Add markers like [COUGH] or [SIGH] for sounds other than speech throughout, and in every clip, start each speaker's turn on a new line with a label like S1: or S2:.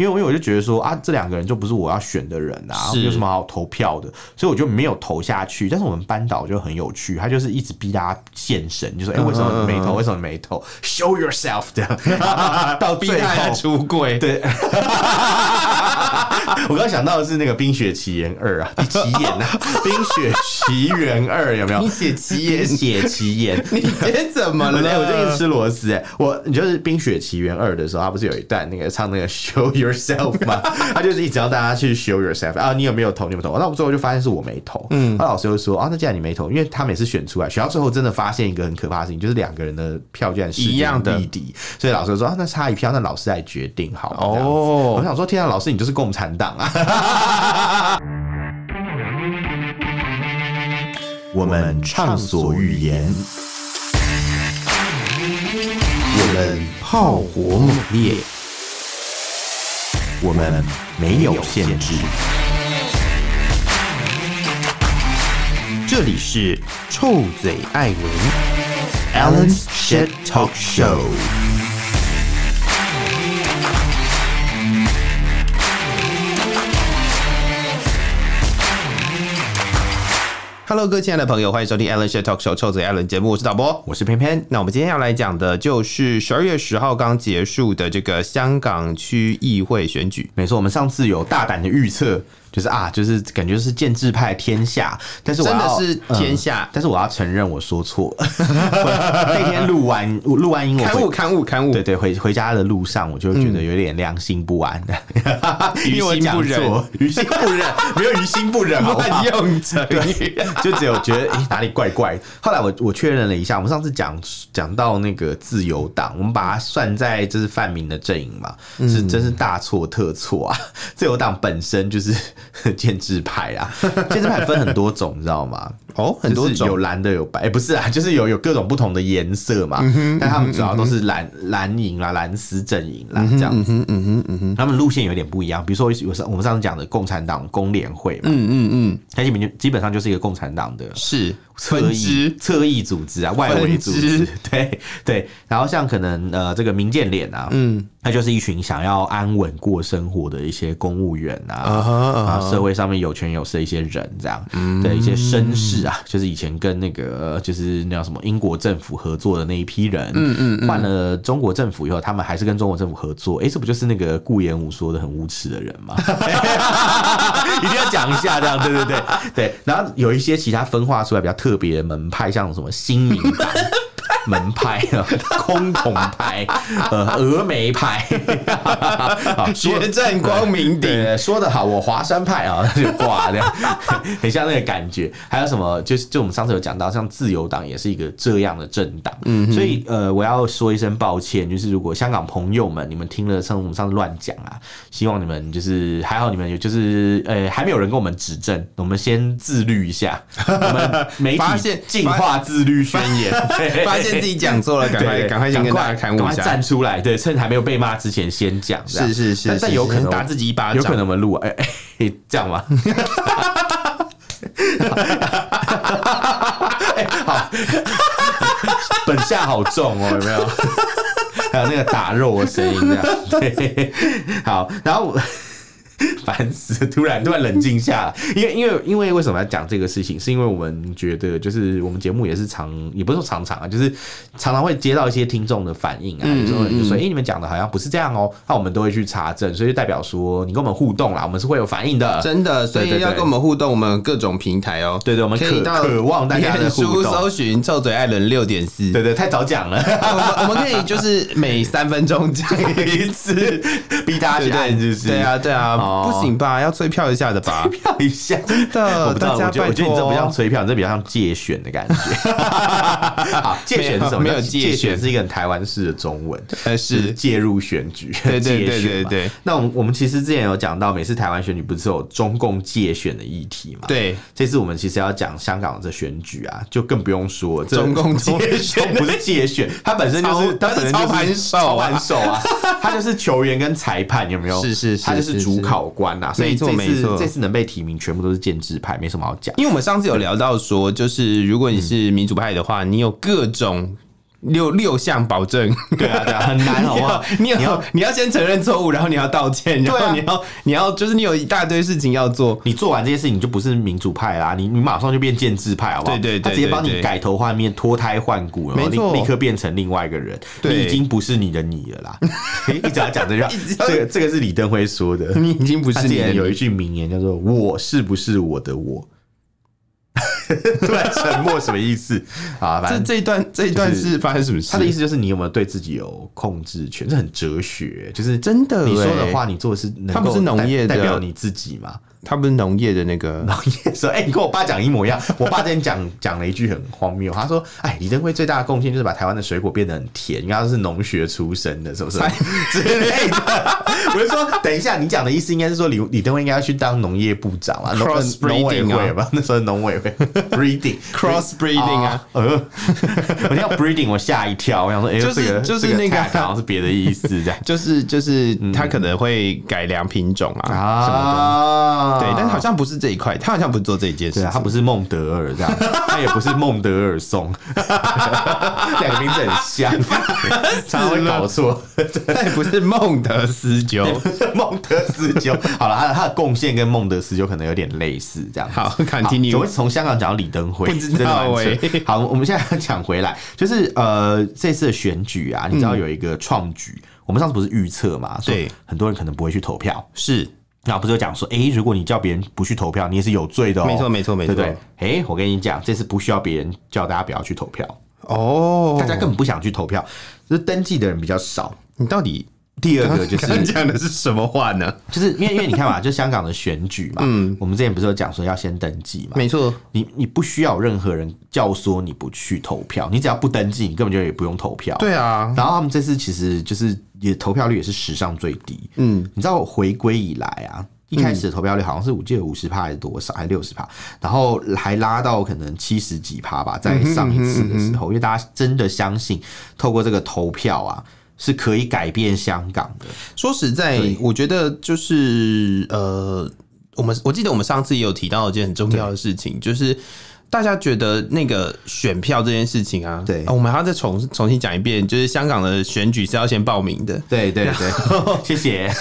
S1: 因为因为我就觉得说啊，这两个人就不是我要选的人啊，
S2: 是
S1: 有什么好投票的？所以我就没有投下去。但是我们班导就很有趣，他就是一直逼大家现身，就说：“哎、
S2: 嗯
S1: 为什么你没投？为什么你没投？Show yourself！” 这
S2: [LAUGHS]
S1: 样到
S2: 逼
S1: 最
S2: 大家
S1: 后，
S2: 出柜，对， [LAUGHS]
S1: 对。我刚想到的是那个《冰雪奇缘二》啊，第七眼啊，《冰雪奇缘二》有没有
S2: 你？写奇
S1: 冰
S2: 言，
S1: 雪奇缘，
S2: [LAUGHS] 你今天怎么
S1: 我
S2: 了？
S1: 哎， [LAUGHS] 我就一直吃螺丝哎，我你就是《冰雪奇缘二》的时候，他不是有一段那个唱那个 [LAUGHS] Show Yourself
S2: [LAUGHS]
S1: 嘛，他就是一直要大家去 Show Yourself 啊，你有没有投？你有没有投？那我最后就发现是我没投，嗯，那老师就说啊，那既然你没投，因为他每次选出来，选到最后真的发现一个很可怕的事情，就是两个人的票居然是
S2: 一样的
S1: 力敌，所以老师就说啊，那差一票，那老师来决定好了。
S2: 哦
S1: 哦，我想说，天啊，老师你就是共产党啊！ [LAUGHS] 我们畅所欲言，我们炮火猛烈，我们没有限制。这里是臭嘴艾伦 Alan's Shit Talk Show。
S2: Hello，各位亲爱的朋友，欢迎收听 Alan s h a Talk Show 臭嘴艾伦节目，我是导播。
S1: 我是偏偏，
S2: 那我们今天要来讲的就是十二月十号刚结束的这个香港区议会选举。
S1: 没错，我们上次有大胆的预测，就是啊，就是感觉是建制派天下，但是我
S2: 真的
S1: 要嗯
S2: 是天下
S1: 但是我要承认我说错了。那天录完我录完音我
S2: 刊物，
S1: 回。
S2: 刊物，刊
S1: 嗯
S2: 物，
S1: 对对，回回家的路上，我就觉得有点良心不安， [LAUGHS] 于
S2: 因为
S1: 心
S2: 嗯不
S1: 不
S2: 忍
S1: 忍，于心不忍，没有于心不
S2: [LAUGHS]
S1: 忍，好不好
S2: 乱？用成语，
S1: 对。[LAUGHS] 就只有觉得哎、诶哪里怪怪的。后来我我确认了一下，我们上次讲讲到那个自由党，我们把它算在就是泛民的阵营嘛，
S2: 嗯
S1: 是真是大错特错啊！ [LAUGHS] 自由党本身就是 [LAUGHS] 建制派啊， [LAUGHS] 建制派分很多种，你知道吗？
S2: 哦， [LAUGHS] 很多
S1: 就是有
S2: 种。
S1: 蓝的有白，诶不是啊，就是有有各种不同的颜色嘛，
S2: 嗯
S1: 但他们主要都是蓝蓝营啦、蓝丝阵营啦
S2: 嗯
S1: 这样子，他们路线有点不一样。比如说有上我们上次讲的共产党工联会嘛，
S2: 嗯嗯嗯，
S1: 它基本就基本上就是一个共产党的
S2: 是
S1: 侧
S2: 分
S1: 翼
S2: 支。
S1: 侧翼组织啊，外围组
S2: 分
S1: 织
S2: 支，
S1: [LAUGHS] 对对。然后像可能呃这个民建联啊，嗯，那就是一群想要安稳过生活的一些公务员
S2: 啊
S1: 啊。[LAUGHS]
S2: 哈啊
S1: 啊，嗯
S2: 哈，
S1: 社会上面有权有势的一些人，这样的一些绅士啊，就是以前跟那个呃就是那叫什么英国政府合作的那一批人，嗯嗯，换了中国政府以后，他们还是跟中国政府合作，诶，这不就是那个顾炎武说的很无耻的人吗？ [LAUGHS] 一定要讲一下，这样对对对对。然后有一些其他分化出来比较特别的门派，像什么新民 [LAUGHS] 党。门派啊，空孔派，呃，峨眉派， [LAUGHS] 好说
S2: 决战光明顶。
S1: 对，说的好，我华山派啊， [LAUGHS] 就挂掉，很像那个感觉。还有什么？就是就我们上次有讲到，像自由党也是一个这样的政党，嗯，所以呃，我要说一声抱歉，就是如果香港朋友们你们听了像我们上次乱讲啊，希望你们就是还好你们有就是呃还没有人跟我们指正，我们先自律一
S2: [LAUGHS]
S1: 下，我们媒体
S2: 发现
S1: 进化自律宣言，对
S2: 发现自己讲错了，赶快
S1: 对
S2: 赶快先跟大家刊
S1: 赶
S2: 物一
S1: 快
S2: 下
S1: 站。出来，对，趁还没有被骂之前先讲，这样
S2: 是是是
S1: 但但
S2: 是
S1: 有
S2: 是
S1: 可能
S2: 打
S1: 我
S2: 自己一巴掌，
S1: 有可能我们录完，哎、哎、这样吗？ [LAUGHS] 哎好， [LAUGHS] 本下好重哦，有没有？还有那个打肉的声音， [LAUGHS] 这样对， [LAUGHS] 好，然后我。烦死了！突然突然冷静下来，因为因为因为为什么要讲这个事情？是因为我们觉得，就是我们节目也是常，也不是说常常啊，就是常常会接到一些听众的反应啊，
S2: 嗯
S1: 有时候人就说：“哎、你们讲的好像不是这样哦、那我们都会去查证，所以就代表说你跟我们互动啦，我们是会有反应的。
S2: 真的，所
S1: 对对对
S2: 以要跟我们互动，我们有各种平台哦。
S1: 对对我们
S2: 可以
S1: 渴
S2: 到
S1: 渴望大家的
S2: 脸
S1: 互动
S2: 书搜寻“臭嘴艾伦六点四”，
S1: 对对，太早讲了。 [LAUGHS]
S2: 我们 [LAUGHS] 我们可以就是每三分钟讲一次，
S1: 逼大家去按， [LAUGHS] 是不是？
S2: 对，啊，对啊，
S1: 哦
S2: 不行吧？要催票一下的吧？
S1: 票 [LAUGHS] 一下。我
S2: 的，
S1: 不知道，
S2: 呃大
S1: 我
S2: 家
S1: 觉得
S2: 拜
S1: 我觉得你这不像
S2: 托。哦
S1: 催票，你这比较像借选的感觉。
S2: [LAUGHS]
S1: 好，借选是什么？
S2: 没有借选
S1: 借选是一个很台湾式的中文，
S2: 呃，
S1: 就是
S2: 是
S1: 介入选举。
S2: 对对对
S1: 借选嘛
S2: 对对对。
S1: 那我们我们其实之前有讲到，每次台湾选举不是有中共借选的议题嘛？。
S2: 对，
S1: 这次我们其实要讲香港的选举啊，就更不用说这
S2: 中
S1: [LAUGHS]
S2: 共借选
S1: 不是借选，它本身就是
S2: 操
S1: 它本身
S2: 它
S1: 就是
S2: 是操盘手啊
S1: 操盘手啊，它就是球员跟裁判有没有？
S2: 是是是
S1: 他就是是
S2: 是
S1: 主考官啊，所以
S2: 没错
S1: 这
S2: 没
S1: 次
S2: 错
S1: 这次能被提名全部都是建制派，没什么好讲。
S2: 因为我们上次有聊到说，就是如果你是民主派的话，你有各种六六项保证，
S1: 对啊，对啊，很难，好不 [LAUGHS] 好？
S2: [LAUGHS] 你要你要你要先承认错误，然后你要道歉，然
S1: 对啊
S2: 后你要你要就是你有一大堆事情要做，
S1: 你做完这些事情，你就不是民主派啦，你你马上就变建制派，好不好？
S2: 对对对
S1: 他直接帮
S2: 对
S1: 你
S2: 对
S1: 改头换面、脱胎换骨，然后
S2: 没
S1: 立
S2: 错
S1: 立刻变成另外一个人，
S2: 对
S1: 你已经不是你的你
S2: [LAUGHS]
S1: 了啦。一直要讲这句话，这个这个是李登辉说的，
S2: 你已经不
S1: 他
S2: 是
S1: 之
S2: 你的
S1: 前有一
S2: 人。
S1: 句名言叫做“我是不是我的
S2: [LAUGHS]
S1: 我”，突然沉默什么意思啊？反
S2: 这
S1: 正
S2: 这一段这一段是发生什么事？
S1: 他的意思就是你有没有对自己有控制权，这很哲学，就是
S2: 真的
S1: 你说的
S2: 欸
S1: 话，你做的是能
S2: 他不
S1: 够
S2: 是农
S1: 代
S2: 业的
S1: 代表你自己嘛？
S2: 他不是农业的那个，
S1: 然后也说：“哎、你跟我爸讲一模一样。”我爸之前讲讲了一句很荒谬，他说：“哎，李登辉最大的贡献就是把台湾的水果变得很甜，因为他是农学出身的，是
S2: [LAUGHS]
S1: 不是之类的？”我就说：“等一下，你讲的意思应该是说李李登辉应该要去当农业部长啊，农
S2: Crossbreeding
S1: 农委
S2: 啊
S1: 会吧？ [LAUGHS] 那时候农委会 breeding
S2: [LAUGHS] Crossbreeding 啊，
S1: 呃， [LAUGHS] 我听到 breeding 我吓一跳，我想说，哎、呦
S2: 就是
S1: 这个
S2: 就是
S1: 这
S2: 那个
S1: 个 tag 好像是别的意思
S2: [LAUGHS]
S1: 这样
S2: 就是就是
S1: 嗯
S2: 他可能会改良品种啊，
S1: 啊
S2: 对，但好像不是这一块，他好像不是做这一件事
S1: 对啊，
S2: 情。
S1: 他不是孟德尔这样， [LAUGHS] 他也不是孟德尔颂， [LAUGHS] 两个名字很像，常常会搞错。 [LAUGHS]
S2: 他也不是孟德斯鸠。
S1: 孟德斯鸠，好了，他的他的贡献跟孟德斯鸠可能有点类似，这样子。
S2: 好，continue
S1: 怎么会从香港讲到李登辉？
S2: 不知道
S1: 真的蛮扯
S2: 欸
S1: 好，我们现在讲回来，就是呃，这次的选举啊，你知道有一个创举，我们上次不是预测嘛？说
S2: 对
S1: 很多人可能不会去投票。
S2: 是
S1: 那不是有讲说，诶，如果你叫别人不去投票，你也是有罪的哦。
S2: 没错没错没错
S1: 对不对？诶，我跟你讲，这次不需要别人叫大家不要去投票，
S2: 哦，
S1: 大家根本不想去投票，就是登记的人比较少。
S2: 你到底
S1: 第二个就
S2: 刚刚
S1: 是，
S2: 讲的是什么话呢？
S1: 就是因为因为你看嘛，就香港的选举嘛，我们之前不是有讲说要先登记嘛，
S2: 嗯没错，
S1: 你你不需要有任何人教唆你不去投票，你只要不登记，你根本就也不用投票。
S2: 对啊，
S1: 然后他们这次其实就是也投票率也是史上最低。
S2: 嗯
S1: 嗯，你知道回归以来啊，一开始的投票率好像是我记得五十趴还是多少，还六十趴，然后还拉到可能七十几趴吧，
S2: 嗯
S1: 在上一次的时候，因为大家真的相信透过这个投票啊。是可以改变香港的，
S2: 说实在，我觉得就是呃，我们我记得我们上次也有提到一件很重要的事情，就是。大家觉得那个选票这件事情啊，
S1: 对
S2: 啊我们还要再重重新讲一遍，就是香港的选举是要先报
S1: [LAUGHS]
S2: 名的，
S1: 对对对， [LAUGHS] 谢谢。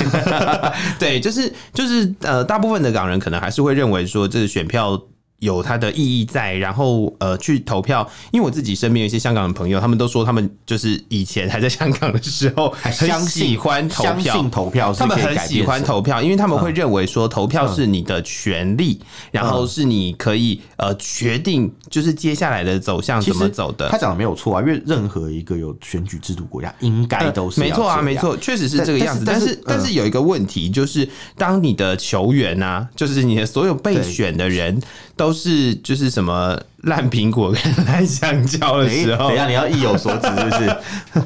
S2: 对，就是就是呃，大部分的港人可能还是会认为说，这个选票有它的意义在，然后呃去投票。因为我自己身边有一些香港的朋友，他们都说他们就是以前还在香港的时候，
S1: 还
S2: 很
S1: 相信
S2: 喜欢投
S1: 相
S2: 票
S1: 信。投票是
S2: 他们
S1: 可以
S2: 很
S1: 改
S2: 喜
S1: 变
S2: 欢
S1: 什么嗯
S2: 投票，因为他们会认为说投票是你的权利，然后是你可以呃决定就是接下来的走向
S1: 其
S2: 怎么
S1: 实
S2: 走的
S1: 他。讲的没有错啊，因为任何一个有选举制度国家应该都是
S2: 没
S1: 要
S2: 错啊，
S1: 这
S2: 没
S1: 样
S2: 错，确实是
S1: 但
S2: 这个
S1: 但
S2: 样
S1: 是
S2: 子。
S1: 但
S2: 但
S1: 是嗯
S2: 是但是有一个问题，就是呃当你的球员啊，就是你的所有备
S1: 对
S2: 选的人都是就是什么烂苹果跟烂香蕉的
S1: 诶
S2: 时候
S1: 哎等一，下你要意有所指，是不
S2: [LAUGHS]
S1: 是？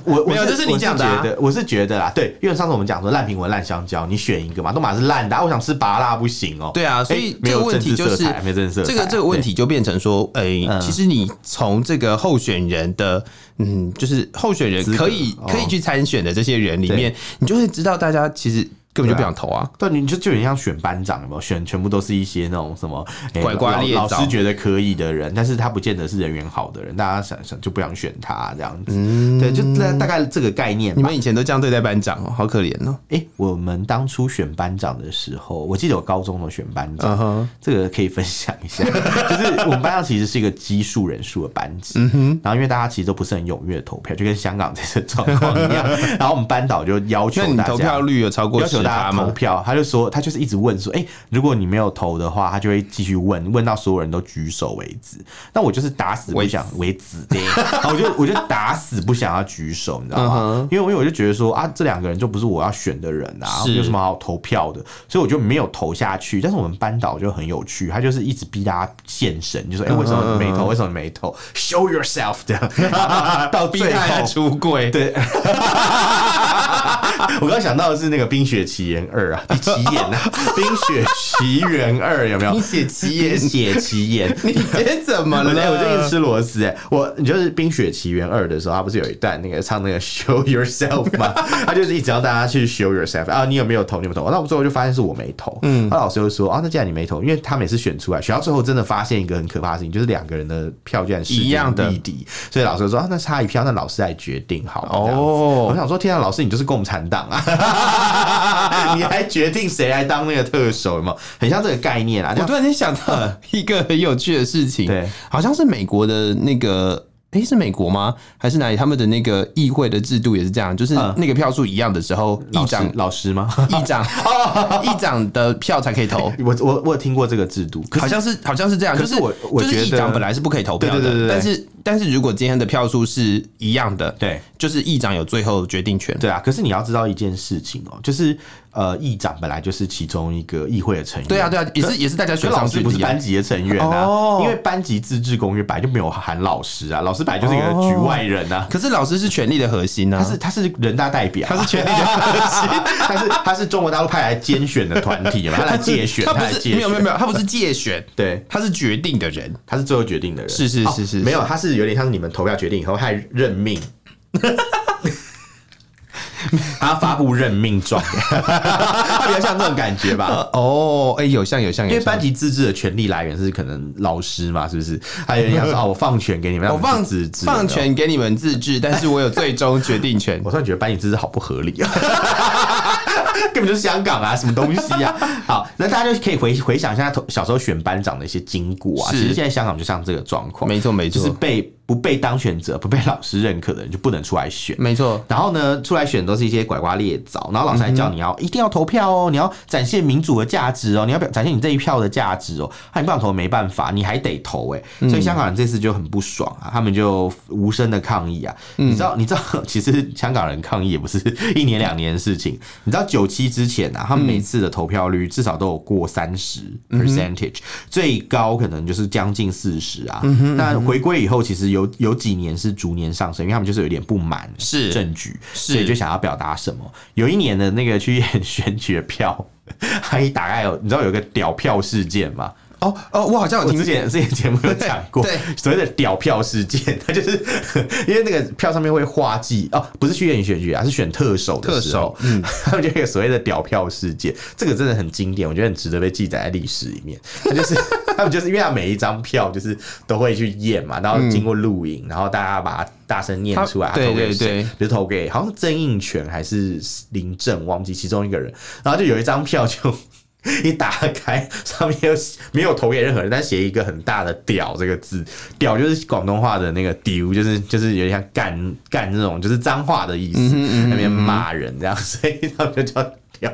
S1: 我我
S2: 没有这是
S1: 是
S2: 你讲的
S1: 我是
S2: 啊
S1: 觉得我是觉得啦，对，因为上次我们讲说烂苹果、烂香蕉，你选一个嘛，都马是烂的啊，我想吃拔辣不行哦。
S2: 对啊，所
S1: 诶
S2: 以
S1: 没
S2: 这个
S1: 有
S2: 问
S1: 政
S2: 题
S1: 治
S2: 就
S1: 色
S2: 是
S1: 彩没有政治色彩，
S2: 这个这个问
S1: 对。
S2: 题就变成说，哎，
S1: 嗯
S2: 其实你从这个候选人的嗯，就是候选人
S1: 资格
S2: 可以
S1: 哦
S2: 可以去参选的这些人里面，你就会知道大家其实根本就不想投啊。
S1: 对，你就就很像选班长，有没有？选全部都是一些那种什么、诶
S2: 拐瓜
S1: 老
S2: 裂
S1: 老
S2: 枣
S1: 师觉得可以的人，但是他不见得是人缘好的人，大家想想就不想选他这样子。
S2: 嗯
S1: 对，就大大概这个概念吧。
S2: 你们以前都这样对待班长哦，好可怜哦。
S1: 哎、我们当初选班长的时候，我记得我高中的选班长
S2: 嗯哼，
S1: 这个可以分享一下， [LAUGHS] 就是我们班上其实是一个奇数人数的班级，
S2: 嗯
S1: 然后因为大家其实都不是很踊跃投票，就跟香港这次状况一
S2: [LAUGHS]
S1: 样，然后我们班导就要求
S2: 那你
S1: 大家
S2: 投票率有超过
S1: 要求
S2: 十
S1: 大
S2: 趴
S1: 家投
S2: 吗？
S1: 票，他就说他就是一直问说，哎、如果你没有投的话，他就会继续问，问到所有人都举手为止。那我就是打死不想为止 [LAUGHS] 的，然后我就我就打死不想要举手，
S2: [LAUGHS]
S1: 你知
S2: 嗯
S1: 道吗？因为因为我就觉得说啊，这两个人就不是我要选的人啊，
S2: 是
S1: 有什么好投票的？所以我就没有投下去。但是我们班导就很有趣，他就是一直逼大家现身，就说，哎、
S2: 嗯
S1: 为什么你没投？为什么你没投？Show [LAUGHS] yourself 这样，到
S2: 逼
S1: 最
S2: 大家
S1: 后
S2: 出柜，
S1: 对，我刚想到的是那个《冰雪奇缘二》
S2: [LAUGHS]
S1: 啊，第七眼啊，《冰雪奇缘二》有没有？
S2: 你写奇 [LAUGHS] 缘
S1: 冰雪奇缘。
S2: 你别
S1: [LAUGHS]
S2: 怎么
S1: 本来哎
S2: 了？
S1: 我最近吃螺丝、欸，
S2: [LAUGHS]
S1: 我你就是《冰雪奇缘二》的时候，他不是有一段那个唱那个 Show Yourself
S2: [LAUGHS]
S1: 吗？他就是一直要大家去 Show Yourself 啊，你有没有投？你有没有投？那我最后就发现是我没投，嗯，那老师就说啊，那既然你没投，因为他每次选出来，选到最后真的发现一个很可怕的事情，就是两个人的票居然是
S2: 一样的
S1: 力敌，所以老师就说啊，那差一票，那老师来决定好了这样子
S2: 哦
S1: 我想说，天啊，老师你就是共产党
S2: [LAUGHS]
S1: 啊，你还决定谁来当那个特首有没有？很像这个概念啊，这样
S2: 我突然
S1: [LAUGHS]
S2: 间想到一个很有趣的事情，
S1: 对，
S2: 好像是美国的那个。诶、是美国吗？还是哪里？他们的那个议会的制度也是这样，就是
S1: 嗯
S2: 那个票数一样的时候，议
S1: 老师
S2: 长、
S1: 老师吗？
S2: 议
S1: [LAUGHS]
S2: 长、议长的票才可以投。
S1: 哦我我我有听过这个制度，可
S2: 好
S1: 是
S2: 像是好像是这样，
S1: 可
S2: 就是是
S1: 我我
S2: 就
S1: 觉
S2: 是
S1: 得
S2: 议长本来是不可以投票的，
S1: 对对对对对
S2: 但是但是如果今天的票数是一样的，
S1: 对
S2: 就是议长有最后决定权。
S1: 对啊，可是你要知道一件事情哦、就是呃，议长本来就是其中一个议会的成员，
S2: 对啊，对啊，也是也是大家
S1: 所
S2: 选
S1: 以老
S2: 上
S1: 师
S2: 去
S1: 不
S2: 的
S1: 是
S2: 呀。
S1: 班级的成员啊，
S2: 哦
S1: 因为班级自治公约本来就没有喊老师啊，老师本来就是一个局外人啊。
S2: 可是老师是权力的核心啊呢、
S1: 他是他是人大代表啊、
S2: 哦他是权力的核心，
S1: [LAUGHS] 他是他是中国大陆派来监选的团体嘛，他来借选，
S2: 他
S1: 来
S2: 不
S1: 借
S2: 是
S1: 选，
S2: 没有没有没有，他不是界选，
S1: 对，
S2: 他是决定的人。
S1: 他是最后决定的人，
S2: 是是
S1: 哦
S2: 是是
S1: 没有，他是有点像是你们投票决定以后，他还任
S2: [LAUGHS]
S1: 命，他发布任命状， [LAUGHS] 他比较像这种感觉吧。
S2: 哦，哎、有像有像
S1: 因
S2: 有
S1: 为班
S2: 像。
S1: 级自治的权利来源是可能老师嘛，是不是？还有人想说啊，我放权给你们，让
S2: 我
S1: 你们
S2: 放
S1: 自治
S2: 放。
S1: 有没有
S2: 权给你们自治，但是我有最终决定权
S1: [LAUGHS] 。我突然觉得班级自治好不合理啊， [LAUGHS] 根本就是香港啊，什么东西啊？好，那大家就可以回回想一下头小时候选班长的一些经过啊。
S2: 是
S1: 其实现在香港就像这个状况，
S2: 没错没
S1: 就是
S2: 错
S1: 被不被当选者、不被老师认可的人就不能出来选。
S2: 没错，
S1: 然后呢，出来选都是一些拐瓜裂枣，然后老师还叫你要、一定要投票哦，你要展现民主的价值哦，你要表展现你这一票的价值哦，啊，你不想投没办法，你还得投哎、所以香港人这次就很不爽啊，他们就无声的抗议啊，你知道你知道， [LAUGHS] 其实香港人抗议也不是一年两年的事情，你知道九七之前啊，他们每次的投票率至少都有过三十 percentage，、最高可能就是将近四十啊，那回归以后，其实有有几年是逐年上升，因为他们就是有点不满
S2: 是
S1: 政局，
S2: 是
S1: 所以就想要表达什么。有一年的那个去演选举的票， [LAUGHS] 他一打开有，你知道有一个屌票事件吗？
S2: 哦哦，我好像有
S1: 我
S2: 听
S1: 之前之前节目有讲过
S2: [LAUGHS] 对，
S1: 所谓的屌票事件， [LAUGHS] 它就是因为那个票上面会画记哦，不是去演选举啊，是选特首的时候，嗯， [LAUGHS] 他们就有所谓的屌票事件，这个真的很经典，我觉得很值得被记载在历史里面。他就是 [LAUGHS] 他们就是因为他每一张票就是都会去验嘛，然后经过录影，然后大家把它大声念出来，啊
S2: 他对
S1: 投给
S2: 对
S1: 谁
S2: 对
S1: 比如投给好像是曾荫权还是林正，忘记其中一个人，然后就有一张票就 [LAUGHS] 一打开，上面有没有投给任何人，但写一个很大的“屌”这个字，“屌”就是广东话的那个“丢”，就是就是有点像干干这种，就是脏话的意思，那边骂人
S2: 嗯
S1: 这样，所以他们就叫“屌”。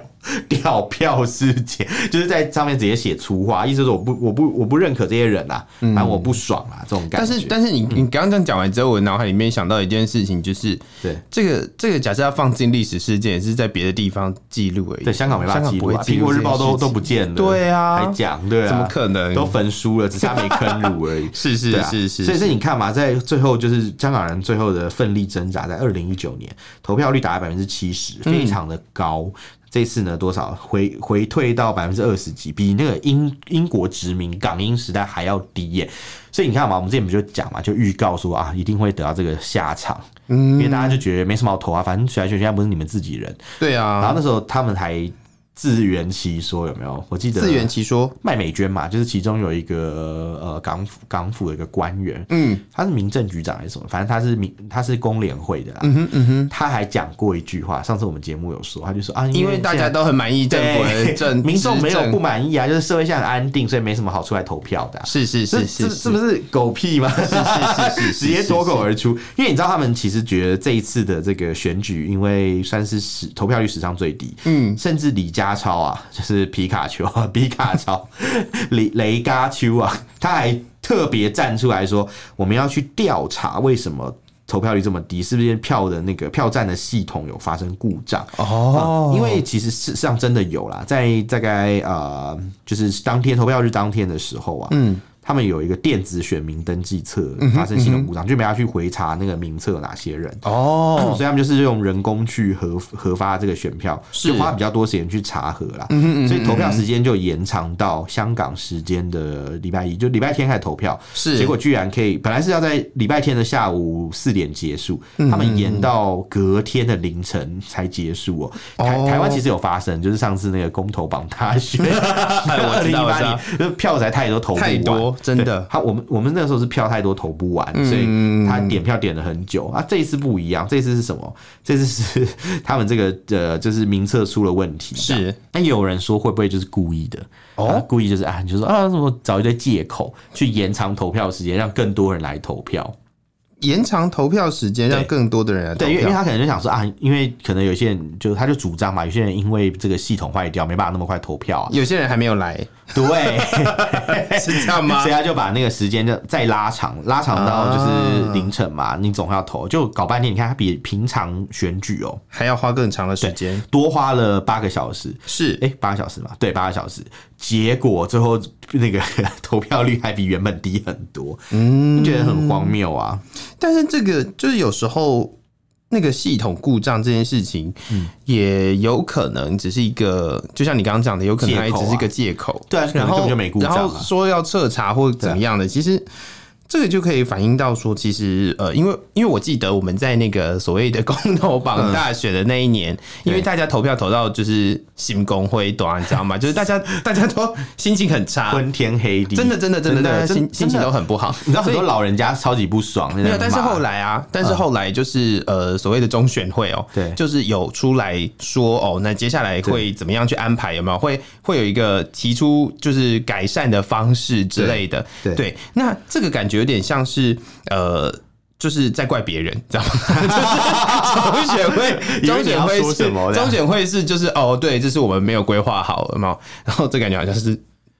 S1: 屌票事件就是在上面直接写粗话，意思是我不我不我不认可这些人啊，反正我不爽啊，这种感
S2: 嗯但
S1: 觉。嗯
S2: 是但是你你刚刚这样讲完之后，我脑海里面想到一件事情，就是
S1: 对
S2: 这个这个假设要放进历史事件，也是在别的地方记录而已。
S1: 对，香港没办
S2: 香
S1: 法
S2: 港
S1: 记
S2: 不
S1: 录、
S2: 会
S1: 啊，
S2: 记
S1: 苹
S2: 录
S1: 果日报
S2: 这件
S1: 都
S2: 事
S1: 都
S2: 情
S1: 不见了，
S2: 对啊
S1: 还讲对啊，
S2: 怎么可能。
S1: 都焚书了，只差没坑儒而已
S2: [LAUGHS] 是是
S1: 对啊
S2: 是是，
S1: 所以所以你看嘛，在最后就是香港人最后的奋力挣扎，在二零一九年投票率达到百分之七
S2: 嗯
S1: 十，非常的高。这次呢，多少回回退到百分之二十几，比那个英英国殖民港英时代还要低耶、所以你看嘛，我们之前不就讲嘛，就预告说啊，一定会得到这个下场，嗯，因为大家就觉得没什么好投啊，反正选来选去，现在不是你们自己人，
S2: 对
S1: 然后
S2: 啊，
S1: 那时候他们还自圆其说，有没有？我记得
S2: 自圆其说，
S1: 麦美娟嘛，就是其中有一个呃港府港府的一个官员，
S2: 嗯，
S1: 他是民政局长还是什么，反正他是民他是工联会的啦。
S2: 嗯哼嗯哼，
S1: 他还讲过一句话，上次我们节目有说，他就说啊，
S2: 因为大
S1: 现
S2: 家
S1: 在。
S2: 都很满意政府的
S1: 对，
S2: 政，
S1: 民众没 [LAUGHS] 有
S2: 执
S1: 不
S2: 政，
S1: 满意啊，就是社会现在很安定，所以没什么好出来投票的啊、
S2: 是是
S1: 这
S2: 是
S1: 这
S2: 是
S1: 这不是狗屁吗？
S2: 是是是
S1: 直接脱口而出，因为你知道他们其实觉得这一次的这个选举，因为算是史投票率史上最低，
S2: 嗯，
S1: 甚至李家超啊， [LAUGHS] 就是皮卡丘啊， [LAUGHS] 皮卡超，雷雷嘎丘啊，他还特别站出来说，我们要去调查为什么。投票率这么低，是不是票的那个票站的系统有发生故障？
S2: 哦
S1: 啊，因为其实事实上真的有啦，在大概呃，就是当天投票日当天的时候啊，嗯，他们有一个电子选民登记册
S2: 嗯
S1: 发生系统故障，就没法去回查那个名册有哪些人。所
S2: 哦，
S1: 以他们就是用人工去核核发这个选票，
S2: 是嗯
S1: 就花比较多时间去查核啦。所以投票时间就延长到香港时间的礼拜一，就礼拜天开始投票，
S2: 是
S1: 结果居然可以，本来是要在礼拜天的下午四点结束，
S2: 嗯
S1: 他们延到隔天的凌晨才结束哦、
S2: 哦
S1: 台台湾其实有发生，就是上次那个公投榜大
S2: [LAUGHS]
S1: 选，
S2: 哎我
S1: 二
S2: 知
S1: 零一
S2: 道我
S1: 八
S2: 知道
S1: 年，就是票实在太多投不完
S2: 太多嗯真的
S1: 对他我们我们那时候是票太多投不完，所以他点票点了很久啊。这一次不一样，这一次是什么？这次是 [LAUGHS] 他们这个呃，就是名册出了问题，啊这样
S2: 是
S1: 那也有人说会不会就是故意的？哦，故意就是啊，你就说啊，什么找一堆借口去延长投票时间，让更多人来投票。
S2: 延长投票时间，让
S1: 对
S2: 更多的人来投
S1: 对，因为因为
S2: 票。
S1: 他可能就想说啊，因为可能有些人就他就主张嘛，有些人因为这个系统坏掉，没办法那么快投票啊。
S2: 有些人还没有来，
S1: [LAUGHS] 对，
S2: [LAUGHS] 是这样吗
S1: 所以？他就把那个时间就再拉长，拉长到就是
S2: 啊
S1: 凌晨嘛，你总要投，就搞半天。你看他比平常选举哦
S2: 还要花更长的时间？
S1: 多花了八个小时，
S2: 是
S1: 哎、八个小时嘛，对，八个小时。结果最后那个 [LAUGHS] 投票率还比原本低很多，嗯，觉得很荒谬啊。
S2: 但是这个就是有时候那个系统故障这件事情，
S1: 嗯
S2: 也有可能只是一个，就像你刚刚讲的，有可能它也
S1: 借口啊
S2: 只是一个借口。
S1: 对啊可能
S2: 然后
S1: 根本就没故障啊
S2: 然后说要彻查或怎么样的，其实。这个就可以反映到说，其实呃，因为因为我记得我们在那个所谓的公投榜大选的那一年，
S1: 嗯
S2: 因为大家投票投到就是心工灰短，你知道吗？就是大家大家都心情很差，
S1: 昏天黑地，
S2: 啊真的真的真的真
S1: 真
S2: 的心
S1: 真
S2: 心情
S1: 的
S2: 都很不好。
S1: 你知道很
S2: 所以
S1: 多老人家超级不爽，
S2: 没
S1: 没
S2: 有，但是后来啊，但是后来就是、呃，所谓的中选会哦、
S1: 啊对
S2: 就是有出来说哦，那接下来会怎么样去安排？有没有会会有一个提出就是改善的方式之类的？
S1: 对对
S2: 那这个感觉有点像是呃。就是在怪别人，知
S1: [LAUGHS]
S2: 道吗？就是中选会，
S1: 以为
S2: 中
S1: 你
S2: 选
S1: 要
S2: 会
S1: 说
S2: 是
S1: 什么这样
S2: 中选会是就是哦，对，这是我们没有规划好，有没有？然后这感觉好像是，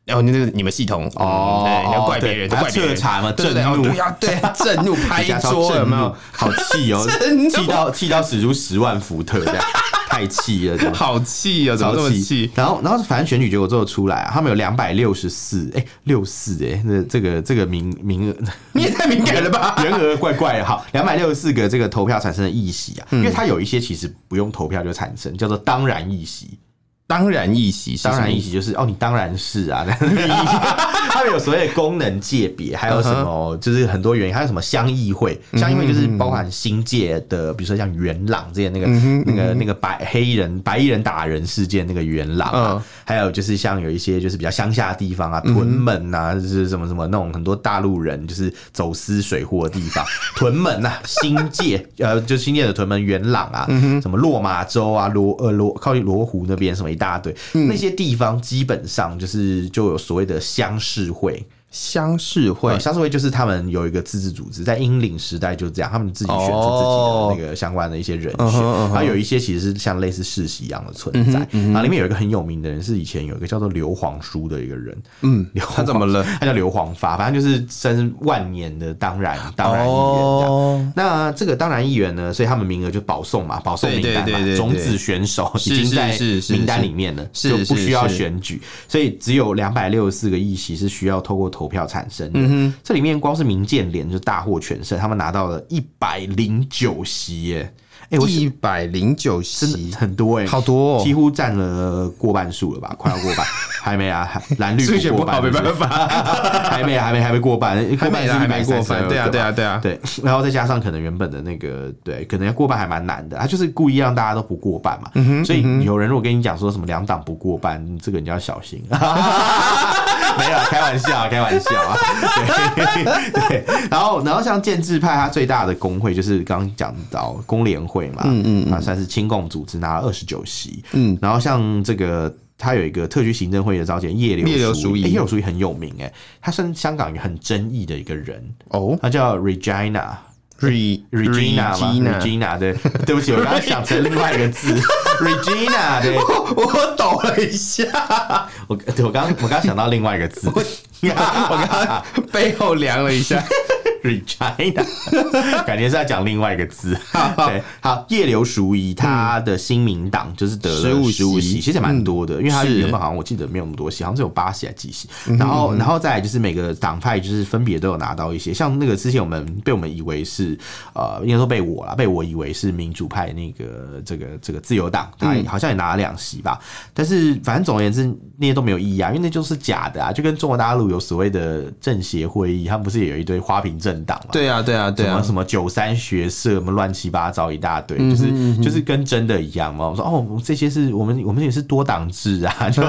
S2: 哦，那个你们系统
S1: 哦
S2: 嗯对，你要怪别
S1: 对
S2: 人，
S1: 还要
S2: 怪别人
S1: 彻查嘛
S2: 对对对
S1: 震
S2: 哦
S1: 怒
S2: 对啊，对啊，震怒拍
S1: 拍
S2: 一桌有没有？？
S1: 好气哦
S2: [LAUGHS] 真，的
S1: 气到气到使出十万伏特，这样 [LAUGHS] 太气了，这样。
S2: 好气啊！怎么这么气？
S1: 然后，然后反正选举结果最后出来、啊，他们有两百六十四，哎，六四，哎，那这个这个名名额，
S2: 你也太敏感了 [LAUGHS] 吧！
S1: 人额怪
S2: 啊
S1: 怪的。好，两百六十四个这个投票产生的议席啊，
S2: 嗯
S1: 因为它有一些其实不用投票就产生，叫做当然议席。
S2: 当然一席是什么，
S1: 当然议席就是哦，你当然是啊， [LAUGHS] 这样的意思他们有所谓的功能界别，还有什
S2: 嗯
S1: 么就是很多原因，还有什么乡议会，乡议会就是包含新界的，比如说像元朗之前那个那个那个白黑人白衣人打人事件那个元朗
S2: 嗯
S1: 啊，还有就是像有一些就是比较乡下的地方啊，屯门啊，就是什么什么那种很多大陆人就是走私水货的地方，屯门啊，新界呃，就新界的屯门、元朗啊，什么落马洲啊，罗呃罗靠近罗湖那边什么一大堆，那些地方基本上就是就有所谓的乡市会。
S2: 乡事会
S1: 呃，乡事会就是他们有一个自治组织，在英领时代就这样，他们自己选出
S2: 哦
S1: 自己的那个相关的一些人
S2: 嗯
S1: 选，
S2: 哼嗯哼嗯
S1: 然后有一些其实是像类似世袭一样的存在。然后里面有一个很有名的人，是以前有一个叫做刘皇叔的一个人，
S2: 嗯
S1: 刘
S2: 他怎么了？
S1: [LAUGHS] 他叫刘皇发，反正就是升万年的当然当然议员这样。
S2: 哦，
S1: 那这个当然议员呢，所以他们名额就保送嘛，保送名单嘛，
S2: 对对对对对
S1: 种子选手已
S2: 是
S1: 经在
S2: 是是是
S1: 名单里面了，
S2: 是
S1: 就不需要
S2: 是是
S1: 选举，所以只有两百六十四个议席是需要透过投票产生
S2: 嗯
S1: 的。这里面光是民建联就大获全胜，他们拿到了一百零九席耶，哎、我
S2: 一百零九
S1: 真
S2: 席
S1: 的，很多哎、
S2: 好多哦
S1: 几乎占了过半数了吧，快要过
S2: [LAUGHS]
S1: 半，还没啊，还蓝绿
S2: 数学
S1: 不
S2: 不
S1: 过
S2: 好
S1: 半
S2: 没办法，
S1: [LAUGHS] 还没，啊还没，还没过半，过
S2: 还
S1: 半
S2: 没
S1: 是
S2: 啦还没过
S1: 132
S2: 分，对啊，
S1: 个
S2: 对
S1: 吧
S2: 啊，对啊，
S1: 对， [LAUGHS] 然后再加上可能原本的那个，对，可能要过半还蛮难的，他就是故意让大家都不过半
S2: 嗯
S1: 嘛。所以有人如果跟你讲说什么两党不过半，这个你就要小心。 [LAUGHS] 没有，开玩笑，开玩笑啊。 [LAUGHS] 对，对然后然后像建制派，它最大的工会就是刚刚讲到工联会嘛，嗯嗯，啊，算是亲共组织拿了二十九席，嗯，然后像这个。它有一个特区行政会的召集人叶刘
S2: 叶刘淑仪
S1: 欸叶刘淑仪很有名哎、他算香港一个很争议的一个人，
S2: 哦
S1: 他叫 Regina。
S2: ，Re
S1: Regina 嘛
S2: Regina
S1: ，Regina 对， [LAUGHS] 对不起，我刚刚想成另外一个
S2: [LAUGHS]
S1: 字，Regina 对，
S2: 我抖了一下，
S1: 我 [LAUGHS] 对我刚我刚想到另外一个字，
S2: 我刚刚背后凉了一下， [LAUGHS]
S1: Regina，感觉是在讲另外一个字。对，好，叶刘淑仪她的新民党就是得了
S2: 15
S1: 十五
S2: 席嗯
S1: 席，其实也蛮多的，因为她
S2: 是嗯
S1: 原本好像我记得没有那么多席，好像只有八席还几席。然后，然后再来就是每个党派就是分别都有拿到一些，像那个之前我们被我们以为是呃，应该说被我啦，被我以为是民主派那个这个这个自由党，他
S2: 嗯
S1: 好像也拿了两席吧。但是反正总而言之，那些都没有意义啊，因为那就是假的啊，就跟中国大陆有所谓的政协会议，他们不是也有一堆花瓶政党嘛？
S2: 对啊，对啊，对
S1: 什么
S2: 啊，嗯
S1: 什么九三学社，什么乱七八糟一大堆，就是就是跟真的一样嘛。我说哦，我们这些是我们我们也是多党制啊，
S2: [LAUGHS]
S1: 就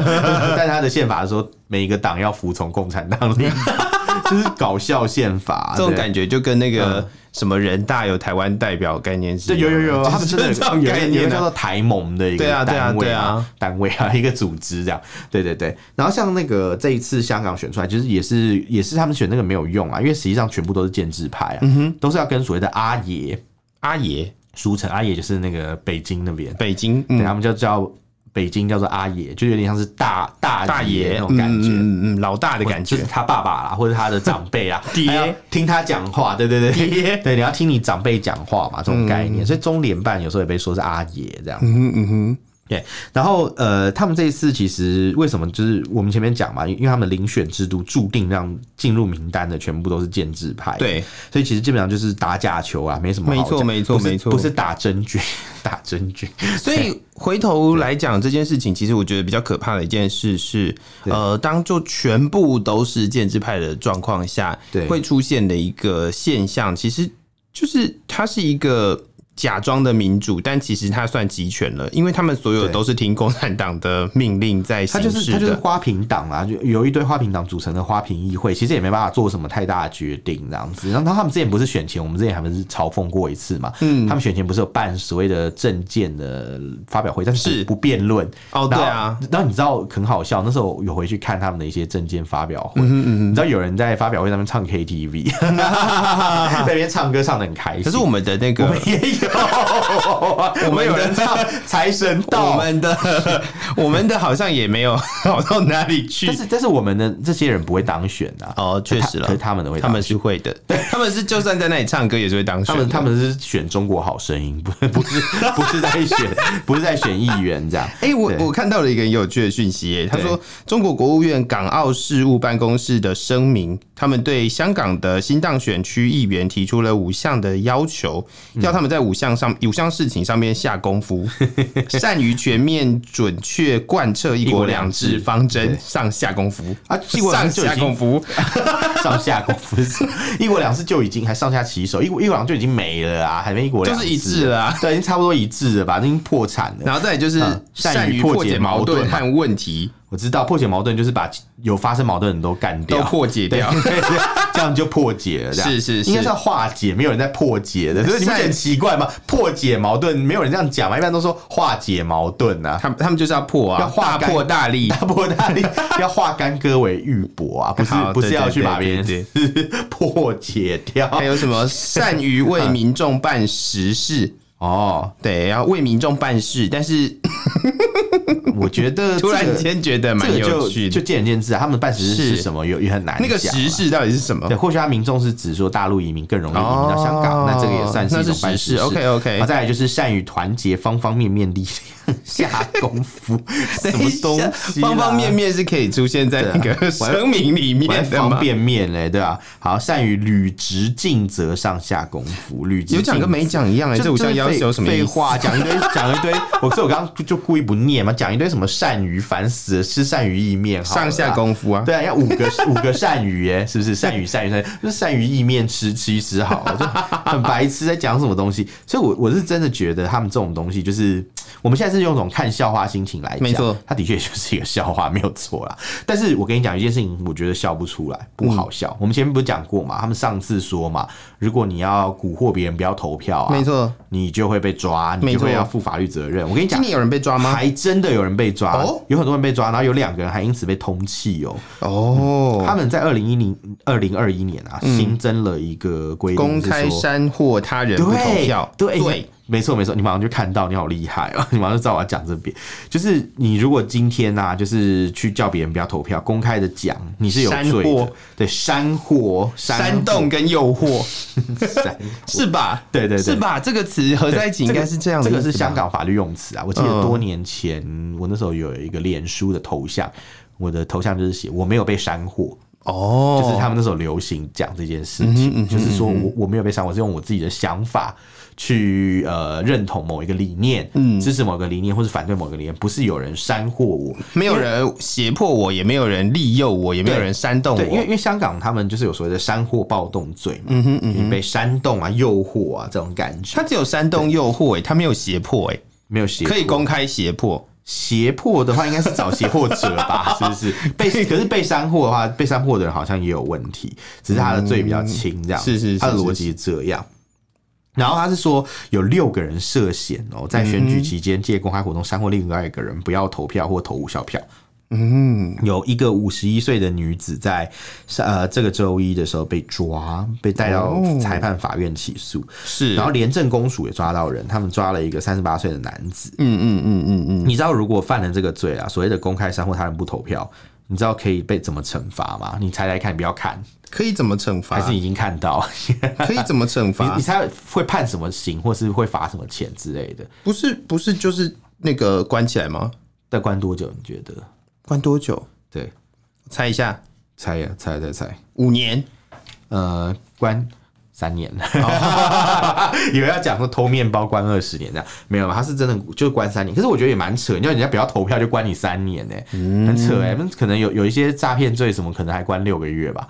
S1: 但他的宪法说每一个党要服从共产党领导， [LAUGHS] 就是搞笑宪法啊
S2: 这种
S1: 对
S2: 感觉就跟那个什么人大有台湾代表概念是
S1: 对，
S2: 一样
S1: 有
S2: 的，
S1: 有有，他们真的
S2: 就是这种概
S1: 有一
S2: 念
S1: 个叫
S2: 啊。
S1: 做台盟的一个
S2: 对啊对啊
S1: 单位
S2: 对啊
S1: 单位啊，一个组织这样。对对对。然后像那个这一次香港选出来，就是也是也是他们选那个没有用啊，因为实际上全部都是建制派啊，
S2: 嗯
S1: 都是要跟所谓的阿爷
S2: 阿爷，
S1: 书城，阿爷就是那个北京那边，
S2: 北京，嗯
S1: 对，他们就叫北京叫做阿爷，就有点像是大大
S2: 大
S1: 爷
S2: 爷
S1: 那种感觉。
S2: 嗯嗯嗯，老大的感
S1: 就
S2: 觉
S1: 是，他爸爸啦， [LAUGHS] 或者他的长辈啦，
S2: [LAUGHS] 爹
S1: 还要听他讲话，对对对，
S2: 爹
S1: [LAUGHS] 对，你要听你长辈讲话嘛，这种概念，所以中联办有时候也被说是阿爷这样。
S2: 嗯嗯嗯，
S1: 对，然后呃，他们这一次其实为什么就是我们前面讲嘛，因为他们遴选制度注定让进入名单的全部都是建制派，， [LAUGHS]
S2: 对，
S1: 所以其实基本上就是打假球啊，没什么好
S2: 没错
S1: 讲
S2: 没错
S1: 不是
S2: 没错
S1: 不是打真菌， [LAUGHS] 打真菌，
S2: 所以回头来讲这件事情，其实我觉得比较可怕的一件事是，
S1: 对
S2: 呃，当就全部都是建制派的状况下
S1: 对，
S2: 会出现的一个现象，其实就是它是一个。假装的民主，但其实它算集权了，因为他们所有
S1: 对
S2: 都是听共产党的命令在
S1: 他
S2: 行
S1: 就是
S2: 事
S1: 他就是
S2: 的。
S1: 花瓶党啊，就有一堆花瓶党组成的花瓶议会，其实也没办法做什么太大的决定这样子。然后他们之前不是选前，我们之前还不是嘲讽过一次嘛？嗯，他们选前不是有办所谓的政见的发表会，但是
S2: 是
S1: 不不辩论。
S2: 哦，对啊，
S1: 然后，然后你知道很好笑，那时候有回去看他们的一些证件发表
S2: 嗯
S1: 会，你知道有人在发表会上面唱 [LAUGHS]
S2: [LAUGHS]
S1: KTV，在那边唱歌唱的很开心。
S2: 可是我们的那
S1: [LAUGHS]
S2: 个
S1: 我们也有，我们有人唱财神
S2: [LAUGHS] 我
S1: 到，
S2: 们的我们的好像也没有 [LAUGHS] 好到哪里去
S1: 但。是但是我们的这些人不会当选啊。
S2: 哦，确实了
S1: 可是，他们的会
S2: 他
S1: 当
S2: 们
S1: 选，
S2: 是会的，他们是就算在那里唱歌也是会当选
S1: 他
S2: 的。
S1: 们他们是选中国好声音， [LAUGHS] 不不是不是在选 [LAUGHS] 不是在选议员这样。
S2: 哎、我
S1: 对
S2: 我看到了一个很有趣的讯息、耶，他
S1: 对
S2: 说中国国务院港澳事务办公室的声明，他们对香港的新当选区议员提出了五项的要求，要他们在五项上五项事情上面下功夫，善于全面准确贯彻一国两制方针
S1: 对
S2: 上下功夫
S1: 啊一国两
S2: 上
S1: 制就已
S2: 下
S1: 经
S2: 功夫，
S1: 上下功夫是，一国两制就已经还上下其手，一国一国两制就已经没了啊，还没一国两
S2: 就是一致了啊
S1: 对，已经差不多一致了吧，已经破产了。
S2: 然后再来就是
S1: 嗯善
S2: 啊善
S1: 于
S2: 于
S1: 破
S2: 破
S1: 解
S2: 解
S1: 矛
S2: 矛盾
S1: 盾嘛
S2: 和问题
S1: 我知道破解矛盾就是把有发生矛盾的人都干
S2: 都
S1: 掉，
S2: 破解
S1: 对
S2: 掉。
S1: 对对这样就破解了。这样
S2: 是是是
S1: 应该是要化解，没有人在破解的，所以你们
S2: 善
S1: 很奇怪吗？破解矛盾，没有人这样讲嘛，一般都说化解矛盾啊。
S2: 他们他们就是要破
S1: 要
S2: 啊，
S1: 化
S2: 大
S1: 干
S2: 破大立
S1: [LAUGHS] 大，破大立，要化干戈为玉帛
S2: [LAUGHS]
S1: 啊，不是
S2: 好
S1: 不是
S2: 对
S1: 要去
S2: 对
S1: 把
S2: 对
S1: 别人
S2: 对
S1: [LAUGHS] 破解掉
S2: [LAUGHS] 还有
S1: [LAUGHS]
S2: 什么善于为民众办实事，
S1: 哦。
S2: 对，然后为民众办事，但是
S1: 我觉得 [LAUGHS]
S2: 突
S1: 这
S2: 然
S1: 个
S2: 间觉得蛮
S1: 这个
S2: 有
S1: 就
S2: 趣
S1: 就
S2: 的。
S1: 见仁见智啊，他们的办实事是
S2: 是
S1: 什么，有也很难
S2: 那个
S1: 讲
S2: 实
S1: 啊
S2: 事到底是什么
S1: 对，？或许他民众是指说大陆移民更容易移民到香港，
S2: 哦
S1: 那这个也算是一种办
S2: 那是
S1: 实
S2: 实事，OK，OK
S1: 然后再来就是善于团结方方面面力
S2: [LAUGHS]
S1: 量下功夫，什么东
S2: [LAUGHS] 等一
S1: 西
S2: 下
S1: 啦？
S2: 方方面面是可以出现在那
S1: 对
S2: 个
S1: 啊我还
S2: 声明里
S1: 我还
S2: 面的
S1: 方
S2: 吗？
S1: 便面嘞，对吧、好，善于履职尽责上下功夫，履职
S2: 有讲
S1: 尽
S2: 跟没讲一样哎，
S1: 就
S2: 这五项
S1: 就是
S2: 要
S1: 废
S2: 求什么意
S1: 废
S2: 思？
S1: 话，讲一堆讲一堆，我所以我刚刚就故意不念嘛，讲一堆什么鳝鱼，烦死了，吃鳝鱼意面好了啦，
S2: 上下功夫啊，
S1: 对啊，要五个五个鳝鱼耶，是不是？鳝鱼鳝鱼鳝鱼，就是鳝鱼意面吃吃一吃好了，就很白痴在讲什么东西。所以我，我是真的觉得他们这种东西，就是我们现在是用一种看笑话心情来讲，
S2: 没错，
S1: 它的确就是一个笑话，没有错啦。但是我跟你讲一件事情，我觉得笑不出来，不
S2: 嗯
S1: 好笑。我们前面不是讲过嘛？他们上次说嘛，如果你要蛊惑别人不要投票啊，
S2: 没，错。
S1: 你就会被抓，你
S2: 没
S1: 就
S2: 错
S1: 会要负法律责任。我跟你讲
S2: 今。年有人被抓吗？
S1: 还真的有人被抓，
S2: 哦
S1: 有很多人被抓，然后有两个人还因此被通缉哦。他
S2: 哦，嗯
S1: 们在二零一零、二零二一年啊，新增了一个规定，
S2: 公
S1: 是
S2: 开
S1: 说
S2: 煽惑他人不投票，
S1: 对对
S2: 对，
S1: 没错没错，你马上就看到，你好厉害哦！你马上就知道我要讲这边，就是你如果今天呐、就是去叫别人不要投票，公开的讲，你是有
S2: 煽
S1: 罪
S2: 惑
S1: 的。对，煽惑、
S2: 煽动、跟诱
S1: [LAUGHS]
S2: 惑
S1: 煽
S2: 是吧？
S1: [LAUGHS] 对对对
S2: 是吧？这个词合在一起应该是这样的
S1: 这
S2: 意思吧，
S1: 个是香港法律用词啊。我记
S2: 嗯
S1: 得多年前，我那时候有一个脸书的头像，我的头像就是写我没有被煽惑，
S2: 哦，
S1: 就是他们那时候流行讲这件事
S2: 嗯哼嗯
S1: 情，
S2: 哼
S1: 就是说我我没有被煽惑，我是用我自己的想法去呃认同某一个理念，嗯，支持某个理念或是反对某个理念，不是有人煽惑我。
S2: 没有人胁迫我，也没有人利诱我，也没有
S1: 对
S2: 人煽动
S1: 对，因为
S2: 我嗯
S1: 因。为香港他们就是有所谓的煽惑暴动罪嘛，就是被煽动啊、诱惑啊这种感觉，
S2: 他只有煽动诱惑、欸，他没有胁迫、欸，
S1: 没有胁迫
S2: 可以公开胁迫。
S1: 胁迫的话，应该是找胁迫者
S2: [LAUGHS]
S1: 吧，是不是？被可是被煽惑的话，被煽惑的人好像也有问题，只是他的罪比较轻，这样、
S2: 是是是
S1: 他的
S2: 是
S1: 逻辑是这样。然后他是说有六个人涉嫌哦，
S2: 嗯
S1: 在选举期间借公开活动煽惑另外一个人不要投票或投无效票。
S2: 嗯，
S1: 有一个五十一岁的女子在呃这个周一的时候被抓，被带到
S2: 哦
S1: 裁判法院起诉。
S2: 是。
S1: 然后廉政公署也抓到人，他们抓了一个三十八岁的男子。
S2: 嗯嗯嗯嗯嗯，
S1: 你知道如果犯了这个罪啊，所谓的公开煽惑他人不投票，你知道可以被怎么惩罚吗？你猜猜看，你不要看，
S2: 可以怎么惩罚
S1: 还？是你已经看到？
S2: 可以怎么惩
S1: 你
S2: 罚
S1: 你？猜会判什么刑，或是会罚什么钱之类的？
S2: 不是不是就是那个关起来吗？
S1: 再关多久？你觉得？
S2: 关多久？
S1: 对，
S2: 猜一下，
S1: 猜呀，猜猜猜，
S2: 五年。
S1: 呃，关。三年，哦
S2: [LAUGHS]
S1: 以为要讲说偷面包关二十年这样，没有，他是真的就是关三年。可是我觉得也蛮扯，你叫人家不要投票就关你三年呢、
S2: 嗯
S1: 很扯哎、那可能有有一些诈骗罪什么，可能还关六个月
S2: [LAUGHS]
S1: 吧。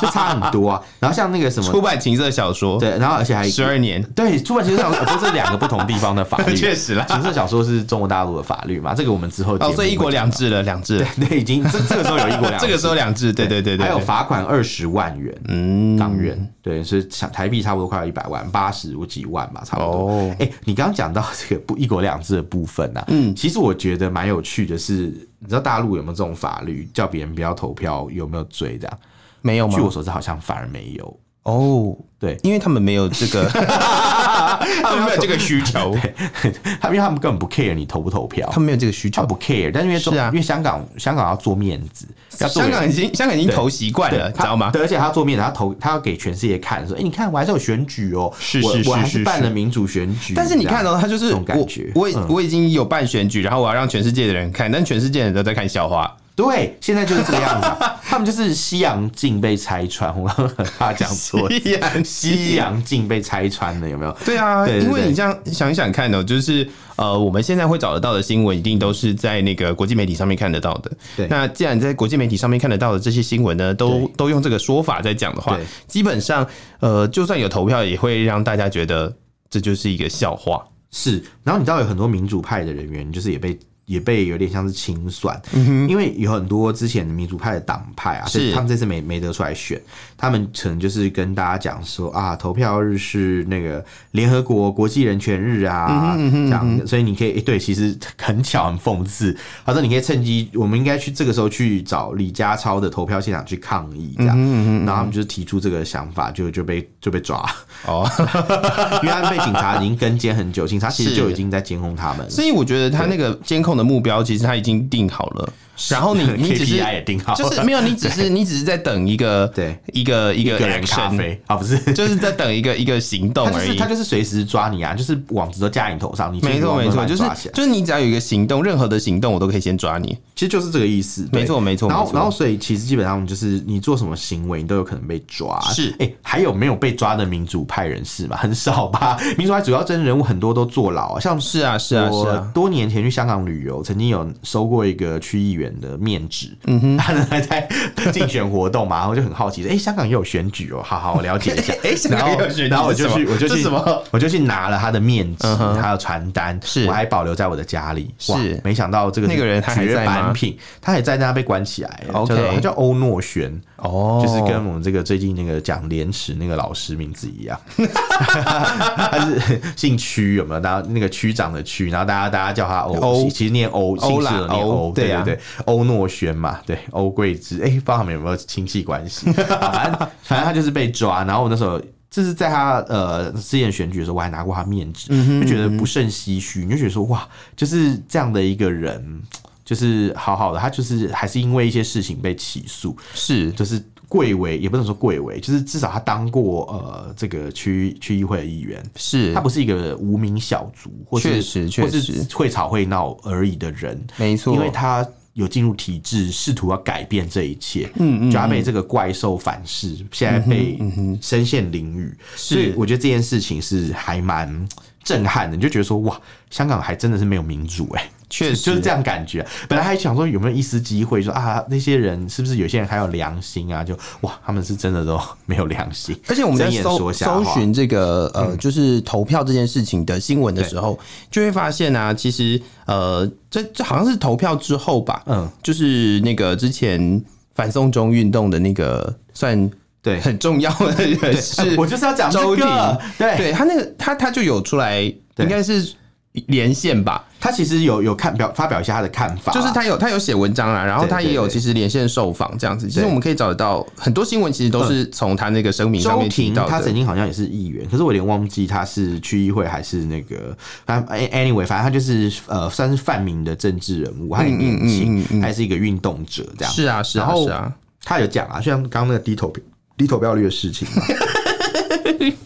S1: 就差很多啊。然后像那个什么，
S2: 出版情色小说，
S1: 对，然后而且还
S2: 十二年，
S1: 对出版情色小说，呃不是两个不同地方的法律。
S2: [LAUGHS] 确实啦。
S1: 情色小说是中国大陆的法律嘛，这个我们之后节
S2: 哦，
S1: 目
S2: 所以一国
S1: 会
S2: 两制了，两制。
S1: [LAUGHS] 对已经这这个时候有一国两制，
S2: [LAUGHS] 这个时候两制，对对对对。
S1: 还有
S2: 对
S1: 罚款二十万元。
S2: 嗯
S1: 港元，对，所以台币差不多快要一百万，八十几万吧，差不多。
S2: 哦
S1: 哎、你刚刚讲到这个不一国两制的部分啊，嗯，其实我觉得蛮有趣的是，你知道大陆有没有这种法律，叫别人不要投票有没有罪的啊？
S2: 没有
S1: 据我
S2: 哦吗？
S1: 所知，好像反而没有。
S2: 哦，
S1: 对， [LAUGHS]
S2: 因为他们没有这个，他们没有这个需 [LAUGHS] 求，
S1: 他因为他们根本不 care 你投不投票
S2: 他，们没有这个需
S1: 他
S2: 求。
S1: 不 care，但因为中
S2: 是啊
S1: 因为香港香港要做面子，要做
S2: 香港已经香港已经
S1: 对
S2: 投习惯
S1: 对
S2: 了，知
S1: 哎他
S2: 道吗？
S1: 对，而且他做面子，他投他要给全世界看，说：“哎、你看我还是有选举哦，
S2: 是
S1: 我
S2: 是是
S1: 我还
S2: 是
S1: 是办了民主选举。”
S2: 但是你看哦
S1: 到，
S2: 到、他就是
S1: 这种感
S2: 我
S1: 觉
S2: 我已
S1: 嗯
S2: 我已经有办选举，然后我要让全世界的人看，但全世界的人都在看笑话，
S1: 对，现在就是这个样子啊、
S2: [LAUGHS]
S1: 他们就是西洋镜被拆穿，我很怕讲错，
S2: [LAUGHS] 西洋
S1: 西
S2: 啊
S1: 洋镜被拆穿了，有没有？
S2: 对啊，
S1: 对对
S2: 因为
S1: 对
S2: 你这样想一想看哦、就是呃，我们现在会找得到的新闻，一定都是在那个国际媒体上面看得到的。
S1: 对
S2: 那既然在国际媒体上面看得到的这些新闻呢，都
S1: 对
S2: 都用这个说法在讲的话
S1: 对，
S2: 基本上呃，就算有投票，也会让大家觉得这就是一个笑话。
S1: 是，然后你知道有很多民主派的人员，就是也被也被有点像是清算，因为有很多之前民主派的党派啊，
S2: 是
S1: 这他们这次没没得出来选，他们可能就是跟大家讲说啊，投票日是那个联合国国际人权日啊，这样，所以你可以、诶对，其实很巧很讽刺，他说你可以趁机，我们应该去这个时候去找李家超的投票现场去抗议这样，然后他们就是提出这个想法，就就被就被抓。
S2: 哦，
S1: [LAUGHS] 因为他们被警察已经跟监很久，警察其实
S2: 是
S1: 就已经在监控他们了。
S2: 所以我觉得他那个监控的目标，其实他已经定好
S1: [LAUGHS]
S2: 了，然后你你只
S1: KPI
S2: 是
S1: 也定好了，
S2: [LAUGHS] 就是没有，你只是你只是在等一个
S1: [LAUGHS] 对
S2: 一个一个
S1: 一个人咖
S2: action，
S1: 啡啊，不是，
S2: 就是在等一个一个行动
S1: 他就 [LAUGHS]
S2: 而
S1: 是
S2: 已
S1: 他。就是随时抓你啊，就是网子都架你头上，你
S2: 没错没错，就是
S1: 其
S2: 就是你只要有一个行动，任何的行动我都可以先抓你。
S1: 实就是这个意思，对
S2: 没错没错，
S1: 然后，
S2: 没错
S1: 然后，所以其实基本上就是你做什么行为，你都有可能被抓。
S2: 是
S1: 哎、还有没有被抓的民主派人士嘛？很少吧。民主派主要真人物很多都坐牢啊，像
S2: 是啊是啊是
S1: 我
S2: 啊，
S1: 多年前去香港旅游，曾经有收过一个区议员的面纸，嗯哼， [LAUGHS] 他还在竞选活动嘛，然后 [LAUGHS] 就很好奇，哎、香港也有选举哦，好好，我了解
S2: [LAUGHS]。
S1: 一下
S2: 哎香
S1: 然
S2: 港也
S1: 后
S2: 有选举，
S1: 然后我就去，
S2: 是什么
S1: 我就
S2: 这
S1: 去
S2: 什么？
S1: 我就去拿了他的面纸，
S2: 嗯哼
S1: 他的传单，
S2: 是
S1: 我还保留在我的家里。哇
S2: 是
S1: 没想到这个
S2: 那个人他还
S1: 绝
S2: 在吗
S1: 版品，他还在，但他被关起来了。
S2: OK
S1: 叫做他叫欧诺轩，
S2: 哦
S1: 就是跟我们这个最近那个讲廉耻那个老师名字一样， [LAUGHS] 他是姓区有没有？大家那个区长的区，然后大家大家叫他
S2: 欧
S1: 欧，其其实念欧，
S2: 欧
S1: 姓
S2: 哦啦
S1: 氏的念
S2: 欧
S1: 欧，对
S2: 对啊
S1: 对对，欧诺轩嘛，对，
S2: [LAUGHS]
S1: 欧桂芝，哎，不知道他们有没有亲戚关系，啊反正反正他就是被抓，然后我那时候。这是在他呃之前选举的时候，我还拿过他面纸，
S2: 嗯
S1: 就觉得不胜唏嘘。你就觉得说哇，就是这样的一个人，就是好好的，他就是还是因为一些事情被起诉，
S2: 是
S1: 就是贵为也不能说贵为，就是至少他当过呃这个区区议会的议员，
S2: 是
S1: 他，不是一个无名小卒，或是
S2: 确实确
S1: 或是
S2: 实
S1: 会吵会闹而已的人，
S2: 没错，
S1: 因为他有进入体制，试图要改变这一切，嗯嗯，就他被这个怪兽反噬，现在被
S2: 嗯
S1: 身陷囹圄，所以我觉得这件事情是还蛮震撼的，你就觉得说哇，香港还真的是没有民主哎、欸
S2: 确实
S1: 就是这样感觉。本来还想说有没有一丝机会，说啊，那些人是不是有些人还有良心啊？就哇，他们是真的都 [LAUGHS] 没有良心。
S2: 而且我们在
S1: 睁眼
S2: 搜
S1: 说瞎
S2: 搜
S1: 话
S2: 寻这个呃，就是投票这件事情的新闻的时候，就会发现啊，其实呃，这这好像是投票之后吧，
S1: 嗯，
S2: 就是那个之前反送中运动的那个算
S1: 对，
S2: 很重要的人
S1: 哎
S2: 是
S1: 我就是要讲这
S2: 周婷
S1: 个，对。
S2: 对他那个他他就有出来，应该是连线吧，
S1: 他其实有有看表发表一下他的看法，啊
S2: 就是他有他有写文章啦，然后
S1: 对
S2: 他也
S1: 对
S2: 有
S1: 对
S2: 其实连线受访这样子，其实
S1: 对
S2: 我们可以找得到很多新闻，其实都是从他那个声明上
S1: 周
S2: 面提
S1: 婷，
S2: 到
S1: 他
S2: 的
S1: 曾。经好像也是议员，可是我有点忘记他是区议会还是那个，反正 anyway，反正他就是呃算是泛民的政治人物，他
S2: 嗯
S1: 很年轻，还是一个运动者这样。
S2: 是啊，是啊
S1: 然，后
S2: 是啊。 [LAUGHS]
S1: 他有讲啊，就像刚刚那个低投票低投票率的事情嘛，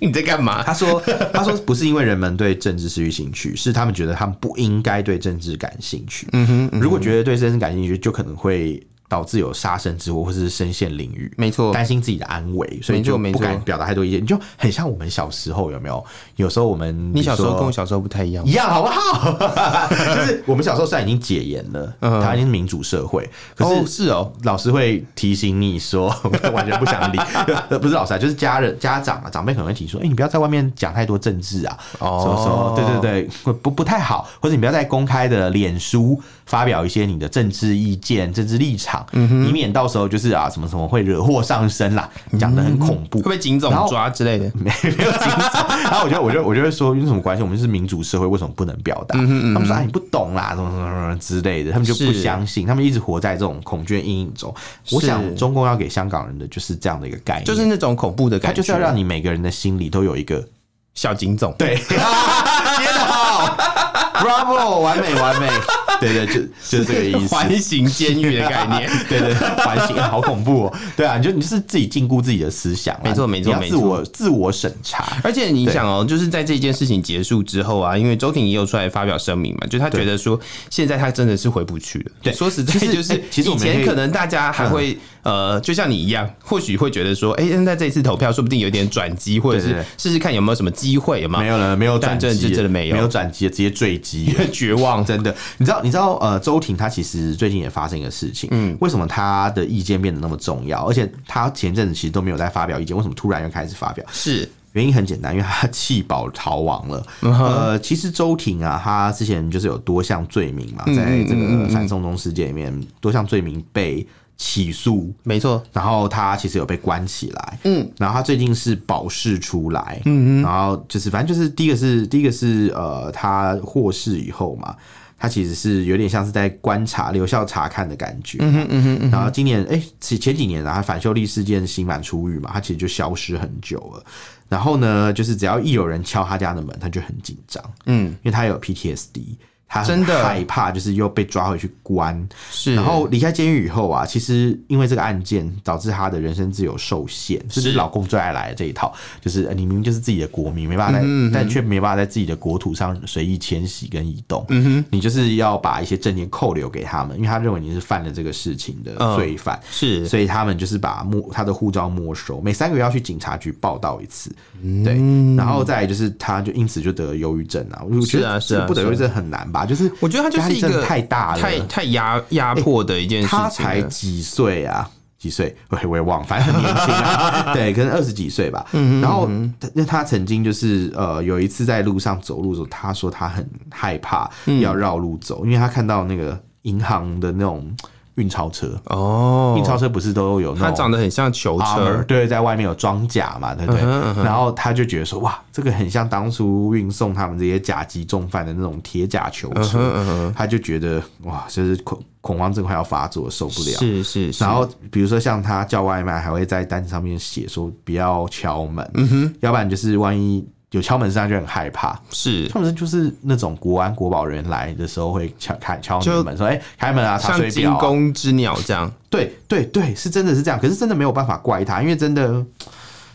S2: 你在干嘛？
S1: 他
S2: [LAUGHS]
S1: 说：“他说不是因为人们对政治失去兴趣，是他们觉得他们不应该对政治感兴趣。嗯哼，如果觉得对政治感兴趣，就可能会导致有杀身之祸，或是身陷囹圄。
S2: 没错，
S1: 担心自己的安危，所以
S2: 没错
S1: 就
S2: 哦没
S1: 不
S2: 错
S1: 敢表达太多意见。你就很像我们小时候有没有？有时候我们
S2: 你小时候
S1: 比如
S2: 跟
S1: 说
S2: 我小时候不太一样
S1: 一。样好不
S2: [LAUGHS]
S1: 好？就是我们小时候虽然已经解严了，台湾已经是民主社会，可是、
S2: 嗯哦是哦，
S1: 老师会提醒你说， [LAUGHS] 我完全不想理， [LAUGHS] 呃不是老师啊，就是家人家长啊，长辈可能会提说，哎、你不要在外面讲太多政治啊，
S2: 哦
S1: 什么什么，对对对，不不太好，或者你不要在公开的脸书发表一些你的政治意见、政治立场，
S2: 嗯
S1: 以免到时候就是啊什么什么会惹祸上身啦，讲的很恐怖
S2: 会。被警总
S1: 然后
S2: 抓之类的？
S1: 没没有精神。然后我就我就我就会说，有什么关系？我们是民主社会，为什么不能表达？
S2: 嗯
S1: 他们说啊，你不懂啦，什么什么什么之类的，他们就不
S2: 是
S1: 相信，他们一直活在这种恐惧的阴影中。我
S2: 是
S1: 想中共要给香港人的就是这样的一个概念，
S2: 就是那种恐怖的感
S1: 他
S2: 觉，
S1: 就是要让你每个人的心里都有一个
S2: 小警总。
S1: 对，接的好，Bravo，完
S2: [LAUGHS]
S1: 美完美，对对，就就是这个意思。
S2: 环形监狱的概念，
S1: 对对，对反省好恐怖哦！对啊，你就你就是自己禁锢自己的思想啦，啊
S2: 没错没错
S1: 你要
S2: 没
S1: 自
S2: 错
S1: 我自我审查，
S2: [LAUGHS] 而且你想哦，就是在这件事情结束之后啊，因为周婷也有出来发表声明嘛，就他觉得说现在他真的是回不去了。
S1: 对
S2: 说实在就
S1: 其实
S2: 是
S1: 哎，其实
S2: 以
S1: 我们可
S2: 前
S1: 以嗯
S2: 可能大家还会呃，就像你一样，或许会觉得说，哎，那在这次投票说不定有点转机，或者
S1: 对
S2: 是
S1: 对
S2: 试试看有没有什么机会，有没
S1: 没
S2: 有？
S1: 有了，没有
S2: 但
S1: 转
S2: 真的
S1: 机，
S2: 是真的没有
S1: 没有转机，直接坠机
S2: [LAUGHS]
S1: 了。[LAUGHS]
S2: 绝望，
S1: 真的，你知道，你知道，呃，周婷她其实最近也发生一个事情，嗯，为什么她的意见变得那么重要？而且她前阵子其实都没有在发表意见，为什么突然又开始发表？
S2: 是
S1: 原因很简单，因为她弃保逃亡了。
S2: 嗯
S1: 呃，其实周婷啊，她之前就是有多项罪名
S2: 嗯
S1: 嘛，在这个反送中事件里面，多项罪名被起诉，
S2: 没错，
S1: 然后他其实有被关起来，嗯，然后他最近是保释出来，嗯然后就是反正就是第一个是第一个是呃，他获释以后嘛，他其实是有点像是在观察、留校察看的感觉，嗯嗯哼然后今年哎，前、前几年啊，他反修例事件刑满出狱嘛，他其实就消失很久了。然后呢，就是只要一有人敲他家的门，他就很紧张，嗯，因为他有 PTSD，他很
S2: 真的
S1: 害怕，就是又被抓回去关，
S2: 是，
S1: 然后离开监狱以后啊，其实因为这个案件导致她的人身自由受限，这是老公最爱来的这一套，就是呃你明明就是自己的国民，没办法在，
S2: 嗯
S1: 但却没办法在自己的国土上随意迁徙跟移动。嗯哼，你就是要把一些证件扣留给他们，因为他认为你是犯了这个事情的
S2: 嗯
S1: 罪犯。
S2: 是
S1: 所以他们就是把没他的护照没收，每三个月要去警察局报到一次，
S2: 嗯
S1: 对，然后再来就是他就因此就得了忧郁症啊，我觉
S2: 是啊
S1: 得
S2: 是
S1: 这
S2: 啊
S1: 个不得
S2: 是啊
S1: 忧郁症很难吧？就是
S2: 我觉得他就是
S1: 压
S2: 一
S1: 力真
S2: 个
S1: 的太大了，
S2: 太太压压迫的一件事情了、
S1: 他才几岁啊？几岁？ [LAUGHS] 我也我也忘了，反正很年轻
S2: [LAUGHS]
S1: 啊。对，可能二十几岁
S2: 嗯
S1: 吧。然后，那他曾经就是呃，有一次在路上走路的时候，他
S2: 嗯
S1: 说他很害怕要绕路走，因为他看到那个银行的那种。运钞车，
S2: 哦，
S1: 运钞车不是都有那
S2: 它
S1: 种
S2: 长得很像球
S1: armor，
S2: 车，
S1: 对，在外面有装甲嘛，对不对？
S2: 嗯哼嗯
S1: 然后他就觉得说，哇，这个很像当初运送他们这些甲级重犯的那种铁甲囚
S2: 嗯
S1: 车，
S2: 哼嗯哼，
S1: 他就觉得哇，就是恐恐慌症快要发作，受不了。
S2: 是是是，
S1: 然后比如说像他叫外卖，还会在单子上面写说不要敲门，要不然就是万一有敲门声，他就很害怕。
S2: 是
S1: 敲门声就是那种国安国保人员来的时候会敲开敲你的门说，哎、开门啊，查
S2: 像
S1: 水
S2: 惊
S1: 表啊、
S2: 弓之鸟这样，
S1: 对对对，是真的是这样，可是真的没有办法怪他，因为真的。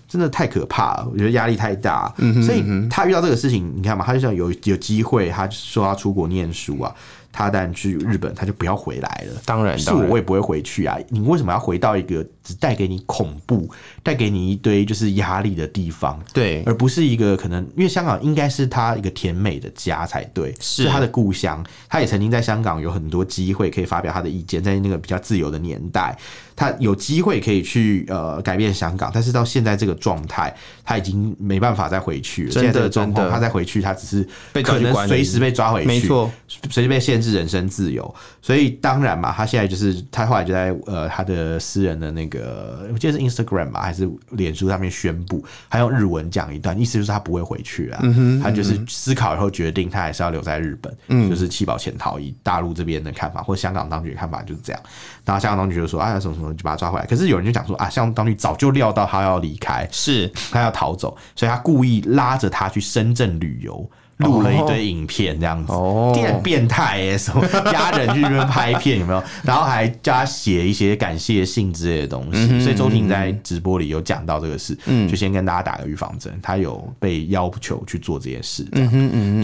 S1: 真的太可怕了，我觉得压力太大，所以他遇到这个事情，你看嘛，他就想有有机会，他说他出国念书啊，他但去日本，他就不要回来了。
S2: 当然
S1: 是
S2: 当
S1: 我，
S2: 然
S1: 我也不会回去啊。你为什么要回到一个只带给你恐怖、带给你一堆就是压力的地方，
S2: 对
S1: 而不是一个可能？因为香港应该是他一个甜美的家才对，
S2: 是
S1: 他的故乡。他也曾经在香港有很多机会可以发表他的意见，在那个比较自由的年代，他有机会可以去呃改变香港。但是到现在这个状态，他已经没办法再回去了。
S2: 真的
S1: 现在这个状况，
S2: 真的
S1: 他再回去，他只是
S2: 被抓
S1: 可
S2: 去
S1: 能
S2: 关
S1: 随时被抓回去，
S2: 没错，
S1: 随时被限制人身自由。所以当然嘛，他现在就是他后来就在呃他的私人的那个，我记得是 Instagram 吧，还是脸书上面宣布，他用日文讲一段，意思就是他不会回去
S2: 嗯
S1: 啊，他就是思考以后决定他还是要留在日本，
S2: 嗯
S1: 就是弃保潜逃。以大陆这边的看法或香港当局的看法就是这样，然后香港当局就说啊什么什么就把他抓回来，可是有人就讲说啊，香港当局早就料到他要离开，
S2: 是
S1: 他要逃走，所以他故意拉着他去深圳旅游。录了一堆影片这样子，
S2: 哦
S1: 有点变态耶、什么家人去那边拍片有没有？然后还叫他写一些感谢信之类的东西。所以周婷在直播里有讲到这个事，就先跟大家打个预防针，他有被要求去做这些事，
S2: 嗯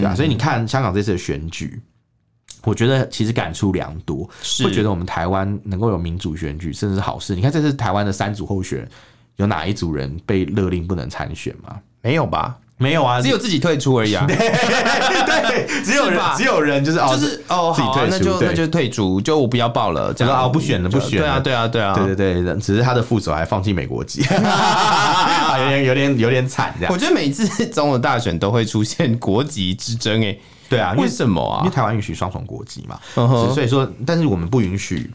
S1: 这样、对啊。所以你看香港这次的选举，我觉得其实感触良多，
S2: 是
S1: 会觉得我们台湾能够有民主选举，甚至是好事。你看这次台湾的三组候选人，有哪一组人被勒令不能参选吗？
S2: 没有吧？
S1: 没有啊，
S2: 只有自己退出而已啊，
S1: [LAUGHS] 对，只有
S2: 是
S1: 人
S2: 吧
S1: 只有人就是哦
S2: 就是哦，
S1: 自己
S2: 好啊
S1: 退
S2: 那
S1: 出
S2: 就
S1: 对
S2: 那就退出，就我不要报了，这
S1: 就
S2: 样
S1: 说啊不选了不选
S2: 对啊，
S1: 了
S2: 对啊，对啊，
S1: 对对对，只是他的副手还放弃美国籍，
S2: [LAUGHS]
S1: 啊有点有点有点惨这样。
S2: 我觉得每次 [LAUGHS] 总统大选都会出现国籍之争、欸，
S1: 对啊，因
S2: 为
S1: 为
S2: 什么
S1: 因为
S2: 啊？
S1: 台湾允许双重国籍嘛，
S2: 嗯哼
S1: 所以说，但是我们不允许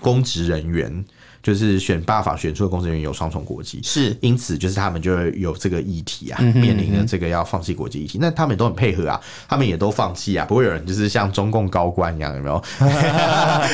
S1: 公职人员，就是选罢法选出的公职人员有双重国籍，
S2: 是
S1: 因此，就是他们就会有这个议题
S2: 嗯
S1: 啊，面临着这个要放弃国际议题，那他们也都很配合啊，他们也都放弃啊，不会有人就是像中共高官一样，有没
S2: [LAUGHS]
S1: 有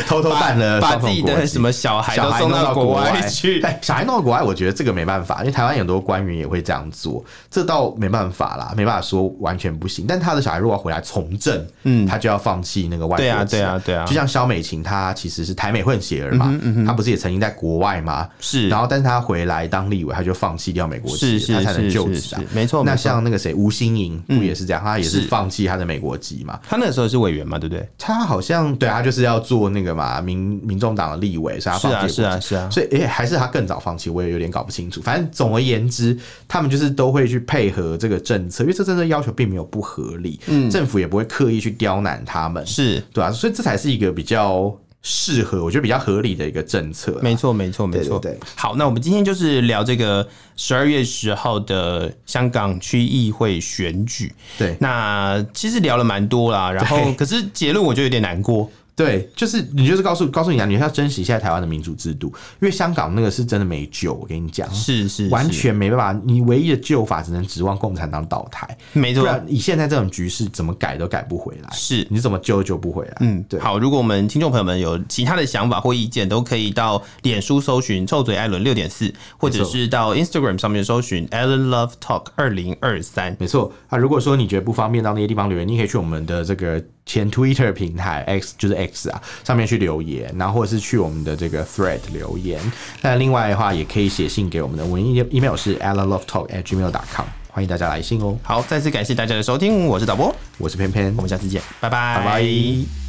S1: 偷偷办了
S2: 把
S1: 呃双
S2: 自
S1: 重
S2: 己
S1: 国
S2: 的
S1: 籍
S2: 什么小孩
S1: 小
S2: 都
S1: 孩
S2: 送
S1: 弄
S2: 到
S1: 到
S2: 国
S1: 外
S2: 外去？哎
S1: 对，哎小孩弄到国外，我觉得这个没办法，因为台湾很多官员也会这样做，这倒没办法啦，没办法说完全不行。但他的小孩如果要回来从政，嗯，他就要放弃那个外国籍、
S2: 对啊对啊对啊
S1: 就像肖美琴，她其实是台美混血儿嘛，她不是也曾经在国外吗？
S2: 是
S1: 然后但是他回来当立委，他就放弃掉美国籍
S2: 是
S1: 了，
S2: 是
S1: 他才能
S2: 是
S1: 就
S2: 是
S1: 职
S2: 是
S1: 啊。，
S2: 没错。
S1: 那
S2: 没错
S1: 像那个谁吴新颖不也是这样，他也是
S2: 是
S1: 放弃他的美国籍嘛？
S2: 他那个时候是委员嘛，对不对？
S1: 他好像对他就是要做那个嘛民民众党的立委，所以他
S2: 是
S1: 放弃
S2: 啊
S1: 国
S2: 是啊
S1: 籍
S2: 是啊，
S1: 所以诶、还是他更早放弃，我也有点搞不清楚。反正总而言之，他们就是都会去配合这个政策，因为这政策要求并没有不合理，
S2: 嗯
S1: 政府也不会刻意去刁难他们，
S2: 是
S1: 对啊，所以这才是一个比较适合，我觉得比较合理的一个政策啊啦。
S2: 没错，没错，没错。
S1: 对对对
S2: 好，那我们今天就是聊这个十二月十号的香港区议会选举。
S1: 对
S2: 那其实聊了蛮多啦，然后
S1: 对
S2: 可是结论我就有点难过。
S1: 对，就是你就是告诉告诉你啊，你要珍惜现在台湾的民主制度，因为香港那个是真的没救，我跟你讲，
S2: 是是，
S1: 完
S2: 是
S1: 全没办法，你唯一的救法只能指望共产党倒台，
S2: 没
S1: 不
S2: 错。
S1: 然以现在这种局势，怎么改都改不回来，
S2: 是，
S1: 你怎么救都救不回来。
S2: 嗯，
S1: 对，
S2: 好，如果我们听众朋友们有其他的想法或意见，都可以到脸书搜寻“臭嘴艾伦六点四”，或者
S1: 没错
S2: 是到 Instagram 上面搜寻 “Allen Love Talk 二零二三
S1: 没错啊。如果说你觉得不方便到那些地方留言，你可以去我们的这个前 Twitter 平台 X 就是 X 啊上面去留言，然后或者是去我们的这个 Thread 留言。那另外的话，也可以写信给我们的文艺 email 是 allenlovetalk at gmail.com，欢迎大家来信哦。”。
S2: 好，再次感谢大家的收听，我是导播，
S1: 我是偏偏
S2: 我，们下次见，拜拜
S1: 拜拜。